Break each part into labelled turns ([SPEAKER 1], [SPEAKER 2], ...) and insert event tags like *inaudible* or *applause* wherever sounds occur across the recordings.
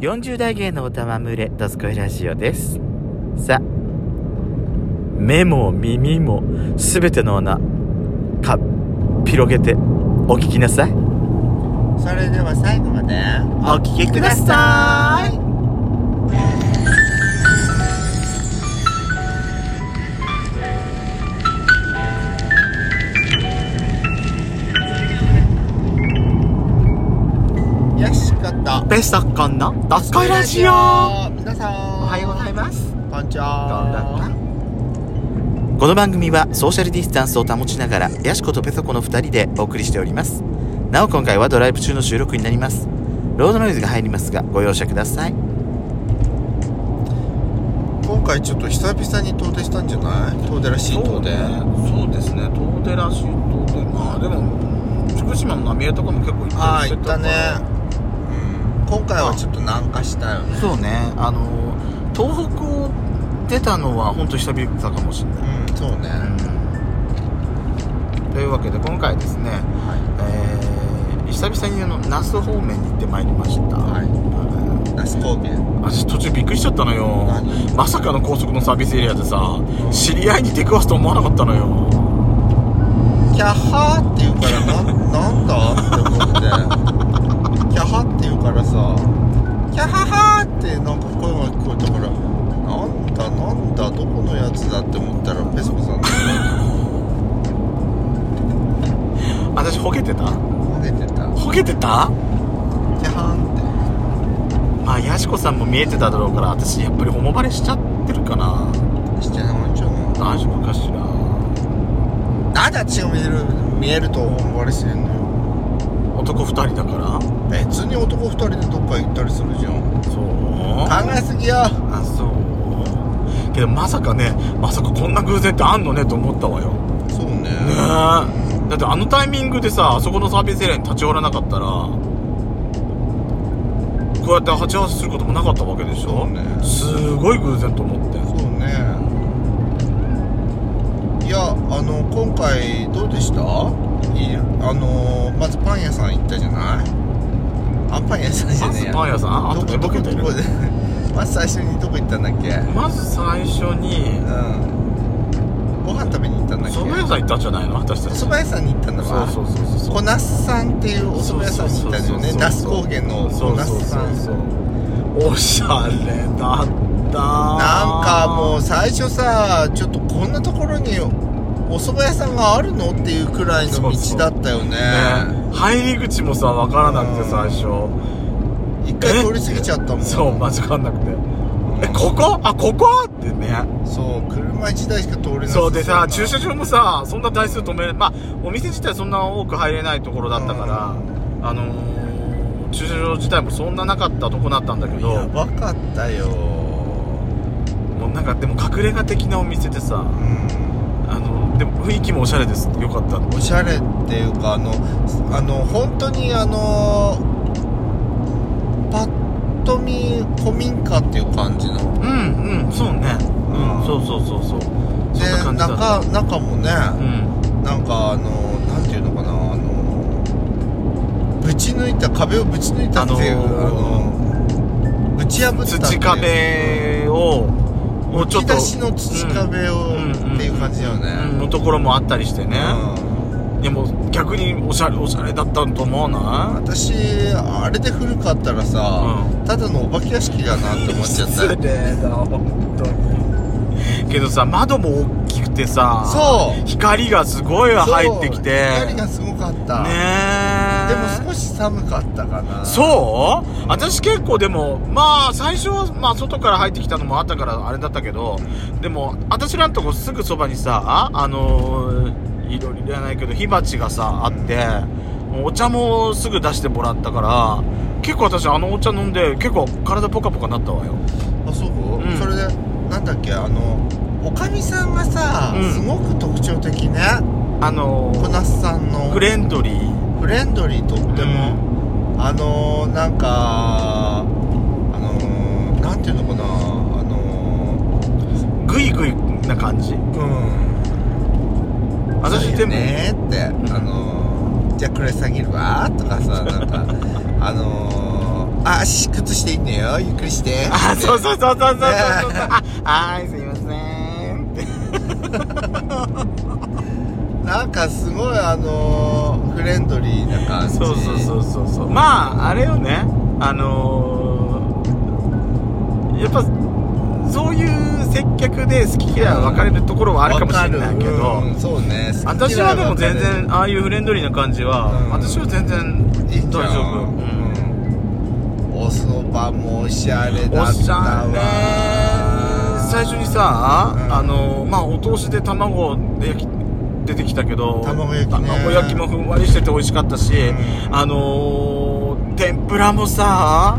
[SPEAKER 1] 40代芸のおたまむれ、ドスコイラジオです。さあ、目も耳もすべての穴、か、広げてお聞きなさい。
[SPEAKER 2] それでは最後まで
[SPEAKER 1] お聞きください。
[SPEAKER 2] よしこと
[SPEAKER 1] ベストコンのドスコイラジオ
[SPEAKER 2] 皆さん
[SPEAKER 1] お
[SPEAKER 2] お
[SPEAKER 1] はようございます。
[SPEAKER 2] こんにち
[SPEAKER 1] こ
[SPEAKER 2] は
[SPEAKER 1] この番組はソーシャルディスタンスを保ちながらヤシコとペソコの2人でお送りしておりますなお今回はドライブ中の収録になりますロードノイズが入りますがご容赦ください
[SPEAKER 2] 今回ちょっと久々に遠出したんじゃない遠出らしい遠出
[SPEAKER 3] そうですね遠出らしい遠出まあでも福島の浪江とかも結構
[SPEAKER 2] あ
[SPEAKER 3] 行った
[SPEAKER 2] あ
[SPEAKER 3] りし
[SPEAKER 2] 行
[SPEAKER 3] て
[SPEAKER 2] った
[SPEAKER 3] た
[SPEAKER 2] ね
[SPEAKER 3] か
[SPEAKER 2] う
[SPEAKER 3] ら
[SPEAKER 2] ん今回はちょっと南下したよね
[SPEAKER 3] そうねあの東北を出たのは本当久々かもしれない、
[SPEAKER 2] うんそうね
[SPEAKER 3] というわけで今回ですね、えー久々にあの那須方面に行ってまいりました、
[SPEAKER 2] はい
[SPEAKER 3] うん
[SPEAKER 2] 那須高原
[SPEAKER 3] 私途中びっくりしちゃったのよ
[SPEAKER 2] 何
[SPEAKER 3] まさかの高速のサービスエリアでさ知り合いに出くわすと思わなかったのよ
[SPEAKER 2] キャッハーって言うからななんだって思ってキャッハーって言うからさキャッハーハーってなんか声が聞こえたからなんだなんだどこのやつだって思ったらペソコさんだ
[SPEAKER 3] 私ほげてた
[SPEAKER 2] 投げてた
[SPEAKER 3] ほげてた
[SPEAKER 2] キャッハーって
[SPEAKER 3] まあやしこさんも見えてただろうから私やっぱりホモバレしちゃってるかな
[SPEAKER 2] してないんじゃない
[SPEAKER 3] 大丈夫かしら
[SPEAKER 2] なんであっちが見える見えると思われしてんのよ
[SPEAKER 3] 男2人だから
[SPEAKER 2] 別に男2人でどっか行ったりするじゃん
[SPEAKER 3] そう
[SPEAKER 2] 考えすぎよ
[SPEAKER 3] あそうけどまさかねまさかこんな偶然ってあんのねと思ったわよね
[SPEAKER 2] そうね
[SPEAKER 3] えだってあのタイミングでさあそこのサービスエリアに立ち寄らなかったらこうやって鉢合わせすることもなかったわけでし
[SPEAKER 2] そ
[SPEAKER 3] ょ
[SPEAKER 2] うね
[SPEAKER 3] すごい偶然と思って
[SPEAKER 2] そうねいやあの今回どうでしたいいあのまずパン屋さん行ったじゃないあパン屋さんじゃねえや
[SPEAKER 3] パン屋さんあ
[SPEAKER 2] ど
[SPEAKER 3] と
[SPEAKER 2] こ
[SPEAKER 3] 寝ぼけてる
[SPEAKER 2] どこで *laughs* まず最初にどこ行ったんだっけうん
[SPEAKER 3] まず最初に
[SPEAKER 2] ご飯食べに行ったんだっけ
[SPEAKER 3] 蕎麦屋さん行ったんじゃないの私た
[SPEAKER 2] お
[SPEAKER 3] ち
[SPEAKER 2] 蕎麦屋さんに行ったんだわ
[SPEAKER 3] そうそうそうそう
[SPEAKER 2] 小那須さんっていうお蕎麦屋さんに行ったんだよね那須高原の小那須さん
[SPEAKER 3] そうそうそうおしゃれだった
[SPEAKER 2] なんかもう最初さちょっとこんなところにお蕎麦屋さんがあるのっていうくらいの
[SPEAKER 3] そうそ
[SPEAKER 2] 道
[SPEAKER 3] う
[SPEAKER 2] だったよね
[SPEAKER 3] ね入り口もさわからなく
[SPEAKER 2] うん
[SPEAKER 3] て最初
[SPEAKER 2] 一回通り過ぎちゃったもん
[SPEAKER 3] そう間違わなくてえここあここってね
[SPEAKER 2] そう車一台しか通れなさ
[SPEAKER 3] そうでさ
[SPEAKER 2] そ
[SPEAKER 3] 駐
[SPEAKER 2] う
[SPEAKER 3] 車場もさそんな台数止めるまあお店自体そんな多く入れないところだったからあのー駐車場自体もそんななかったとこだったんだけ
[SPEAKER 2] や
[SPEAKER 3] ど
[SPEAKER 2] ばかったよ
[SPEAKER 3] もうなんかでも隠れ家的なお店でさ
[SPEAKER 2] うん
[SPEAKER 3] あのでも雰囲気もおしゃれですよかった
[SPEAKER 2] おしゃれっていうかあのあの本当にあのパッと見古民家っていう感じの
[SPEAKER 3] うんうんそうね
[SPEAKER 2] うん
[SPEAKER 3] そうそうそうそうそんな
[SPEAKER 2] で
[SPEAKER 3] 感じだった
[SPEAKER 2] 中中もね、
[SPEAKER 3] うん
[SPEAKER 2] なんかあのなんていうのかなあのぶち抜いた壁をぶち抜いたっていう、あ
[SPEAKER 3] あ
[SPEAKER 2] のぶち破ったっていう
[SPEAKER 3] 土壁をも
[SPEAKER 2] む
[SPEAKER 3] うちょっ
[SPEAKER 2] き
[SPEAKER 3] と
[SPEAKER 2] 出しの土壁を、
[SPEAKER 3] うんうん
[SPEAKER 2] っていう感じだよね、
[SPEAKER 3] うんのところもあったりしてね
[SPEAKER 2] うん
[SPEAKER 3] でも逆におしゃれおしゃれだったと思わな
[SPEAKER 2] 私あれで古かったらさ、ただのお化け屋敷だなって思っちゃっ
[SPEAKER 3] い
[SPEAKER 2] た
[SPEAKER 3] だ本当にけどさ窓も大きくてさ
[SPEAKER 2] そう
[SPEAKER 3] 光がすごい入ってきて
[SPEAKER 2] そう光がすごかった、
[SPEAKER 3] ね
[SPEAKER 2] でも少
[SPEAKER 3] え
[SPEAKER 2] し寒かったかな
[SPEAKER 3] そう私結構でもまあ最初はまあ外から入ってきたのもあったからあれだったけどでも私らんとこすぐそばにさあのーいろいろじゃないけど火鉢がさあってお茶もすぐ出してもらったから結構私あのお茶飲んで結構体ポカポカなったわよ
[SPEAKER 2] あそう、
[SPEAKER 3] うん
[SPEAKER 2] それでなんだっけあのおかみさんがさ、
[SPEAKER 3] うん
[SPEAKER 2] すごく特徴的ね
[SPEAKER 3] あの
[SPEAKER 2] 小
[SPEAKER 3] ー
[SPEAKER 2] 那須さんの
[SPEAKER 3] フレンドリー
[SPEAKER 2] フレンドリーとっても、あのー、なんかあのー、なんていうのかなあの
[SPEAKER 3] グイグイな感じ
[SPEAKER 2] ー、うんそ
[SPEAKER 3] 私で
[SPEAKER 2] うよ
[SPEAKER 3] も
[SPEAKER 2] ねー
[SPEAKER 3] *laughs*
[SPEAKER 2] ってあのー、じゃあこれ下げるわーとかさなんかあのあ足靴していいんだよゆっくりして
[SPEAKER 3] あそうそうそうそうそうそうそう
[SPEAKER 2] ね
[SPEAKER 3] あはいすいませんって
[SPEAKER 2] なんかすごいあのーフレンドリーな感じ
[SPEAKER 3] そうそうそううそうそうまああれよねあのー、やっぱそういう接客で好き嫌いは分かれるところはあるかもしれないけど、
[SPEAKER 2] うん、そうね
[SPEAKER 3] 私はでも全然ああいうフレンドリーな感じは、
[SPEAKER 2] うん
[SPEAKER 3] 私は全然
[SPEAKER 2] いいじゃん
[SPEAKER 3] 大丈夫うん
[SPEAKER 2] うんおそばもおしゃれだったわ
[SPEAKER 3] おしゃれ最初にさ、
[SPEAKER 2] うん
[SPEAKER 3] あのまあお通しで卵で焼き出てきたけど
[SPEAKER 2] 卵焼きね
[SPEAKER 3] 卵焼きもふんわりしてて美味しかったし、
[SPEAKER 2] うん
[SPEAKER 3] あのー天ぷらもさ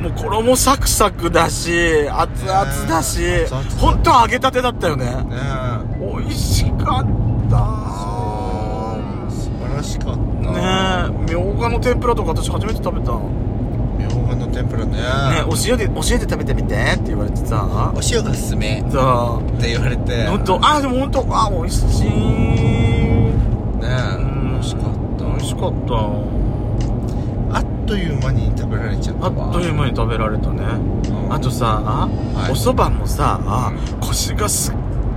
[SPEAKER 3] もう衣サクサクだし熱々だし
[SPEAKER 2] 熱々
[SPEAKER 3] 本当揚げたてだったよね
[SPEAKER 2] ねえ
[SPEAKER 3] 美味しかった
[SPEAKER 2] 素晴らしかった
[SPEAKER 3] ねえみょうがの天ぷらとか私初めて食べた、ね、
[SPEAKER 2] みょうがの天ぷらね
[SPEAKER 3] お塩でお塩で食べてみてって言われてさ
[SPEAKER 2] お塩がおすすめ
[SPEAKER 3] さあ
[SPEAKER 2] って言われて
[SPEAKER 3] 本当あでも本当あ美味しい
[SPEAKER 2] ねえ美味しかった
[SPEAKER 3] 美味しかった
[SPEAKER 2] あっという間に食べられちゃった
[SPEAKER 3] あっという間に食べられたね、
[SPEAKER 2] うん
[SPEAKER 3] あとさ、
[SPEAKER 2] い
[SPEAKER 3] おそばもさ、
[SPEAKER 2] う
[SPEAKER 3] コシがすっ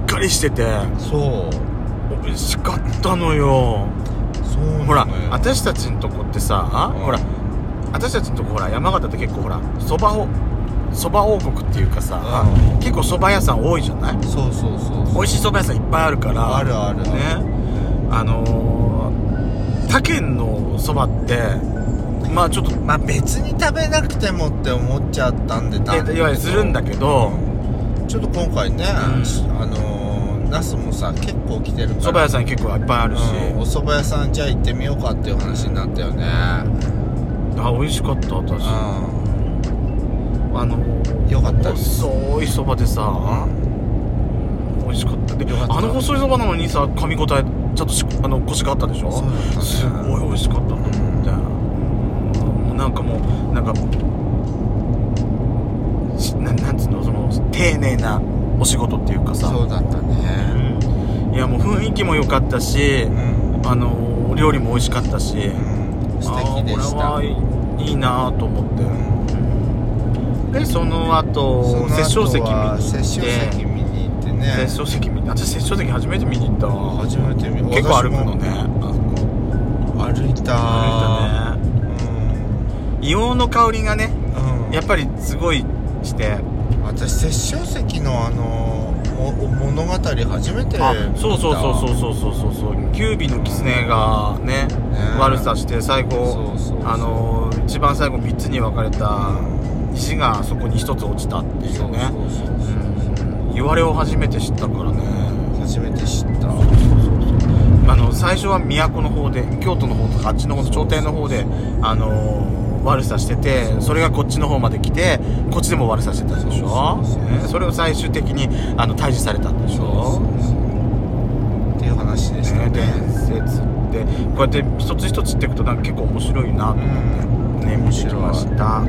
[SPEAKER 3] かりしてて
[SPEAKER 2] そう
[SPEAKER 3] 美味しかったのよ
[SPEAKER 2] そうなのよ
[SPEAKER 3] ほら私たちのとこってさ、
[SPEAKER 2] うん
[SPEAKER 3] ほら私たちのとこほら山形って結構ほらそばをそば王国っていうかさ、
[SPEAKER 2] うん
[SPEAKER 3] 結構そば屋さん多いじゃない
[SPEAKER 2] そうそうそう
[SPEAKER 3] 美味しいそば屋さんいっぱいあるから
[SPEAKER 2] あるある
[SPEAKER 3] ねあのー、他県のそばってまあちょっと
[SPEAKER 2] まあ別に食べなくてもって思っちゃったんでた
[SPEAKER 3] いわゆるするんだけど
[SPEAKER 2] ちょっと今回ね、
[SPEAKER 3] ん
[SPEAKER 2] あのー、ナスもさ結構来てるから
[SPEAKER 3] そば屋さん結構いっぱいあるし、
[SPEAKER 2] うんお蕎麦屋さんじゃあ行ってみようかっていう話になったよね
[SPEAKER 3] あ美味しかった私あ
[SPEAKER 2] う
[SPEAKER 3] のー、
[SPEAKER 2] よかったです
[SPEAKER 3] 細いそばでさ、美味しかったで
[SPEAKER 2] よかった
[SPEAKER 3] あの細いそばなのにさ噛み応えちゃんとしあの腰があったでしょ
[SPEAKER 2] そうだったね
[SPEAKER 3] すごい美味しかったと思って、うんなんかもうなんかしななんつうのその丁寧なお仕事っていうかさ
[SPEAKER 2] そうだったね
[SPEAKER 3] いやもう雰囲気も良かったし
[SPEAKER 2] う、ん、
[SPEAKER 3] あのお料理も美味しかった
[SPEAKER 2] 素
[SPEAKER 3] し、
[SPEAKER 2] 敵でした
[SPEAKER 3] あーこれはいいいなと思って、でその
[SPEAKER 2] その
[SPEAKER 3] 後
[SPEAKER 2] 後は
[SPEAKER 3] 殺生石見に行っ
[SPEAKER 2] 殺生石見に行っ
[SPEAKER 3] て
[SPEAKER 2] てね
[SPEAKER 3] 殺生石見に私殺生石初めて見に行ったわ
[SPEAKER 2] 初めて見
[SPEAKER 3] 結構歩くのねあそこ
[SPEAKER 2] 歩いた
[SPEAKER 3] 歩いたね硫黄の香りがね
[SPEAKER 2] うん、うん、
[SPEAKER 3] やっぱりすごいして
[SPEAKER 2] 私殺生石のあのも物語初めて
[SPEAKER 3] あそうそうそうそう
[SPEAKER 2] う
[SPEAKER 3] そうそうそうそうキュービの狐が
[SPEAKER 2] ね
[SPEAKER 3] ね悪さして最後
[SPEAKER 2] そうそうそう
[SPEAKER 3] あのー一番最後3つに分かれた石がそこに1つ落ちたっていうね
[SPEAKER 2] そうそうそう
[SPEAKER 3] うん言われを初めて知ったからね
[SPEAKER 2] 初めて知った
[SPEAKER 3] あの最初は都の方で京都の方とかあっちの方の朝廷の方であのー悪さしててそれがこっちの方まで来てこっちでも悪さしてたでし
[SPEAKER 2] そ
[SPEAKER 3] ょ
[SPEAKER 2] うそうそう
[SPEAKER 3] ねそれを最終的にあの退治されたんでしょ
[SPEAKER 2] っていう話でした
[SPEAKER 3] ね
[SPEAKER 2] ね
[SPEAKER 3] 伝説ってこうやって一つ一つっていくとなんか結構面白いなと思ってね見てきました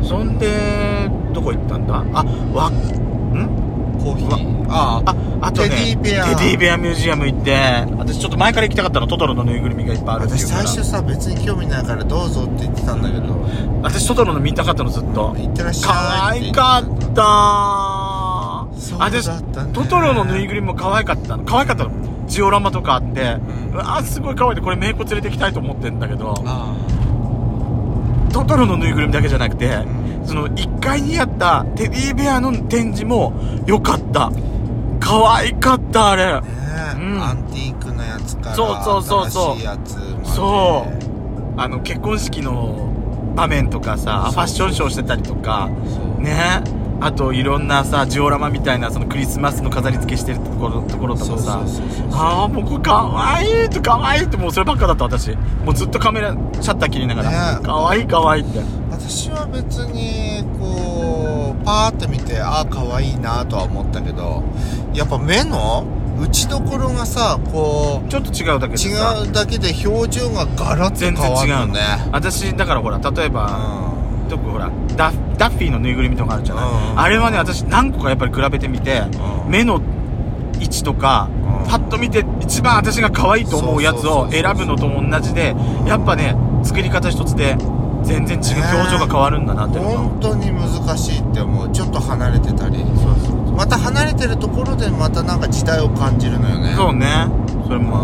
[SPEAKER 3] そんでどこ行ったんだあわん
[SPEAKER 2] コーヒーあ
[SPEAKER 3] ああとね
[SPEAKER 2] テディベア
[SPEAKER 3] テディベアミュージアム行って私ちょっと前から行きたかったのトトロのぬいぐるみがいっぱいあるってい
[SPEAKER 2] 私
[SPEAKER 3] うから
[SPEAKER 2] 最初さ別に興味ないからどうぞって言ってたんだけど
[SPEAKER 3] 私トトロの見たかったのずっと
[SPEAKER 2] 行ってらっし
[SPEAKER 3] 可
[SPEAKER 2] ゃい
[SPEAKER 3] 愛
[SPEAKER 2] て
[SPEAKER 3] か
[SPEAKER 2] 言て
[SPEAKER 3] ったあ
[SPEAKER 2] そうだったね
[SPEAKER 3] 私トトロのぬいぐるみも可愛かったの可愛かったのジオラマとかあって、
[SPEAKER 2] うん
[SPEAKER 3] うわあすごい可愛いでこれメイコ連れてきたいと思ってんだけど
[SPEAKER 2] あ
[SPEAKER 3] トトロのぬいぐるみだけじゃなくて、
[SPEAKER 2] うん
[SPEAKER 3] その1階にあったテディベアの展示も良かった可愛かったあれ
[SPEAKER 2] あねえ、
[SPEAKER 3] うん
[SPEAKER 2] アンティークのやつから
[SPEAKER 3] そうそうそうそ
[SPEAKER 2] 新し
[SPEAKER 3] う
[SPEAKER 2] いやつまで
[SPEAKER 3] そうあの結婚式の場面とかさファッションショーしてたりとか
[SPEAKER 2] そう
[SPEAKER 3] ねあといろんなさジオラマみたいなそのクリスマスの飾り付けしてるところところとか
[SPEAKER 2] そ
[SPEAKER 3] さ
[SPEAKER 2] うそうそうそう
[SPEAKER 3] ああもうこれかわいいってかわいいってもうそればっかだった私もうずっとカメラシャッター切りながら、
[SPEAKER 2] ね
[SPEAKER 3] かわいいかわいいって
[SPEAKER 2] 私は別にこうパーって見てああ可愛いなとは思ったけどやっぱ目の打ちどころがさこう
[SPEAKER 3] ちょっと違うだけでさ
[SPEAKER 2] 違うだけで表情がガラッと変
[SPEAKER 3] 全然
[SPEAKER 2] わ
[SPEAKER 3] 違
[SPEAKER 2] るよ
[SPEAKER 3] うの
[SPEAKER 2] ね
[SPEAKER 3] 私だからほら例えば、
[SPEAKER 2] う
[SPEAKER 3] 特にほらダッダッフィーのぬいぐるみとかあるじゃない、
[SPEAKER 2] うん
[SPEAKER 3] あれはね私何個かやっぱり比べてみて、
[SPEAKER 2] うん
[SPEAKER 3] 目の位置とか、
[SPEAKER 2] うん
[SPEAKER 3] パッと見て一番私が可愛いと思うや
[SPEAKER 2] そ
[SPEAKER 3] つ
[SPEAKER 2] うそうそう
[SPEAKER 3] を
[SPEAKER 2] そう
[SPEAKER 3] 選ぶのと同じでやっぱね作り方一つで全然違う表情が変わるんだなっていうのが
[SPEAKER 2] 本当に難しいって思うちょっと離れてたり
[SPEAKER 3] そうそう
[SPEAKER 2] また離れてるところでまたなんか時代を感じるのよね
[SPEAKER 3] そうねそれも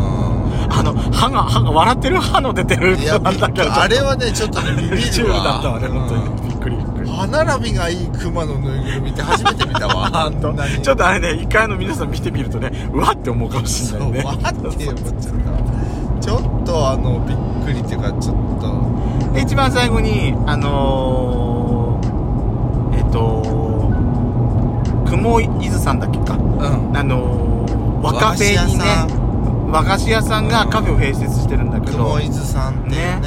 [SPEAKER 3] あの歯が歯が笑ってる歯の出てる
[SPEAKER 2] うんいや
[SPEAKER 3] なんだけど
[SPEAKER 2] あれはねちょっとねビビ
[SPEAKER 3] *laughs*
[SPEAKER 2] るわ
[SPEAKER 3] だったわね本当
[SPEAKER 2] うん
[SPEAKER 3] にびっくりびっくり
[SPEAKER 2] 歯並びがいいクマのぬいぐるみって初めて見た
[SPEAKER 3] *laughs*
[SPEAKER 2] わあんなに
[SPEAKER 3] ちょっとあれね一回あの皆さん見てみるとねうわって思うかもし
[SPEAKER 2] そ
[SPEAKER 3] れ
[SPEAKER 2] う
[SPEAKER 3] *laughs* ないね
[SPEAKER 2] わーって思っちゃったちょっとあのびっくりっていうかちょっと
[SPEAKER 3] で一番最後にあのー、えっ、と雲井伊豆さんだっけか
[SPEAKER 2] うん
[SPEAKER 3] あのー、和カフェにね和菓子屋さんがカフェを併設してるんだけど
[SPEAKER 2] 雲伊豆さんっていうね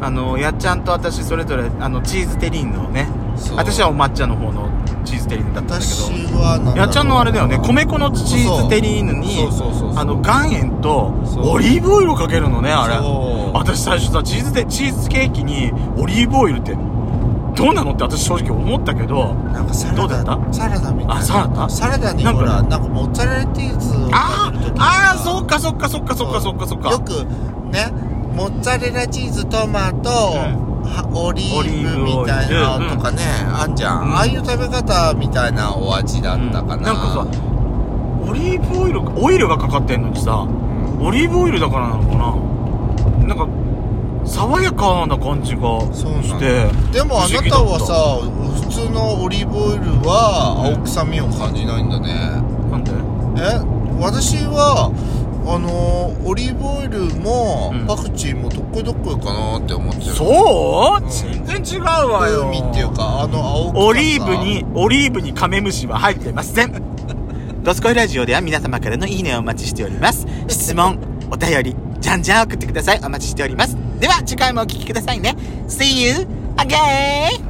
[SPEAKER 3] あのやっちゃんと私それぞれあのチーズテリーヌのね
[SPEAKER 2] そう
[SPEAKER 3] 私はお抹茶の方のチーズテリーヌだったんだ
[SPEAKER 2] 私
[SPEAKER 3] け
[SPEAKER 2] はなんだろ
[SPEAKER 3] ど
[SPEAKER 2] う
[SPEAKER 3] やっちゃんのあれだよね米粉のチーズテリーヌに
[SPEAKER 2] そうそうそうそうそう
[SPEAKER 3] あの岩塩と
[SPEAKER 2] そう
[SPEAKER 3] オリーブオイルをかけるのねあれ
[SPEAKER 2] そう
[SPEAKER 3] 私最初さチーズでチーズケーキにオリーブオイルってどうなのって私正直思ったけど
[SPEAKER 2] なんかサラダ
[SPEAKER 3] どうだった
[SPEAKER 2] サラダみたいな
[SPEAKER 3] あサラダ
[SPEAKER 2] サラダに
[SPEAKER 3] なんか
[SPEAKER 2] ほらなんかモッツァレラチーズを
[SPEAKER 3] あ
[SPEAKER 2] かけるとき
[SPEAKER 3] ー
[SPEAKER 2] に
[SPEAKER 3] あーそっかそっかそっかそっかそっかそっか
[SPEAKER 2] よくねモッツァレラチーズトマト、はオリ
[SPEAKER 3] オリ
[SPEAKER 2] ー
[SPEAKER 3] ー
[SPEAKER 2] ブ
[SPEAKER 3] ブオイル
[SPEAKER 2] みたいなのとかね、あんじゃん、
[SPEAKER 3] うん
[SPEAKER 2] ああいう食べ方みたいなお味だったかな、
[SPEAKER 3] うんなんかさオリーブオイルオイルがかかってんのにさオリーブオイルだからなのかななんか爽やかな感じが
[SPEAKER 2] そうなんだ
[SPEAKER 3] して
[SPEAKER 2] でもあ
[SPEAKER 3] 不
[SPEAKER 2] な
[SPEAKER 3] 思議
[SPEAKER 2] た
[SPEAKER 3] だった
[SPEAKER 2] はさ普通のオリーブオイルは青臭みを感じないんだね、
[SPEAKER 3] なんで
[SPEAKER 2] え私はあのーオリーブオイルも
[SPEAKER 3] うん
[SPEAKER 2] パクチーもどっこいどっこいかなって思ってる、
[SPEAKER 3] そう、
[SPEAKER 2] うん
[SPEAKER 3] 全然違うわよ
[SPEAKER 2] 風味っていうかあの青臭さ
[SPEAKER 3] オリーブにオリーブにカメムシは入ってません
[SPEAKER 1] ドスコイラジオでは皆様からのいいねをお待ちしております。質問、お便り、じゃんじゃん送ってください。お待ちしております。では、次回もお聞きくださいね。See you again!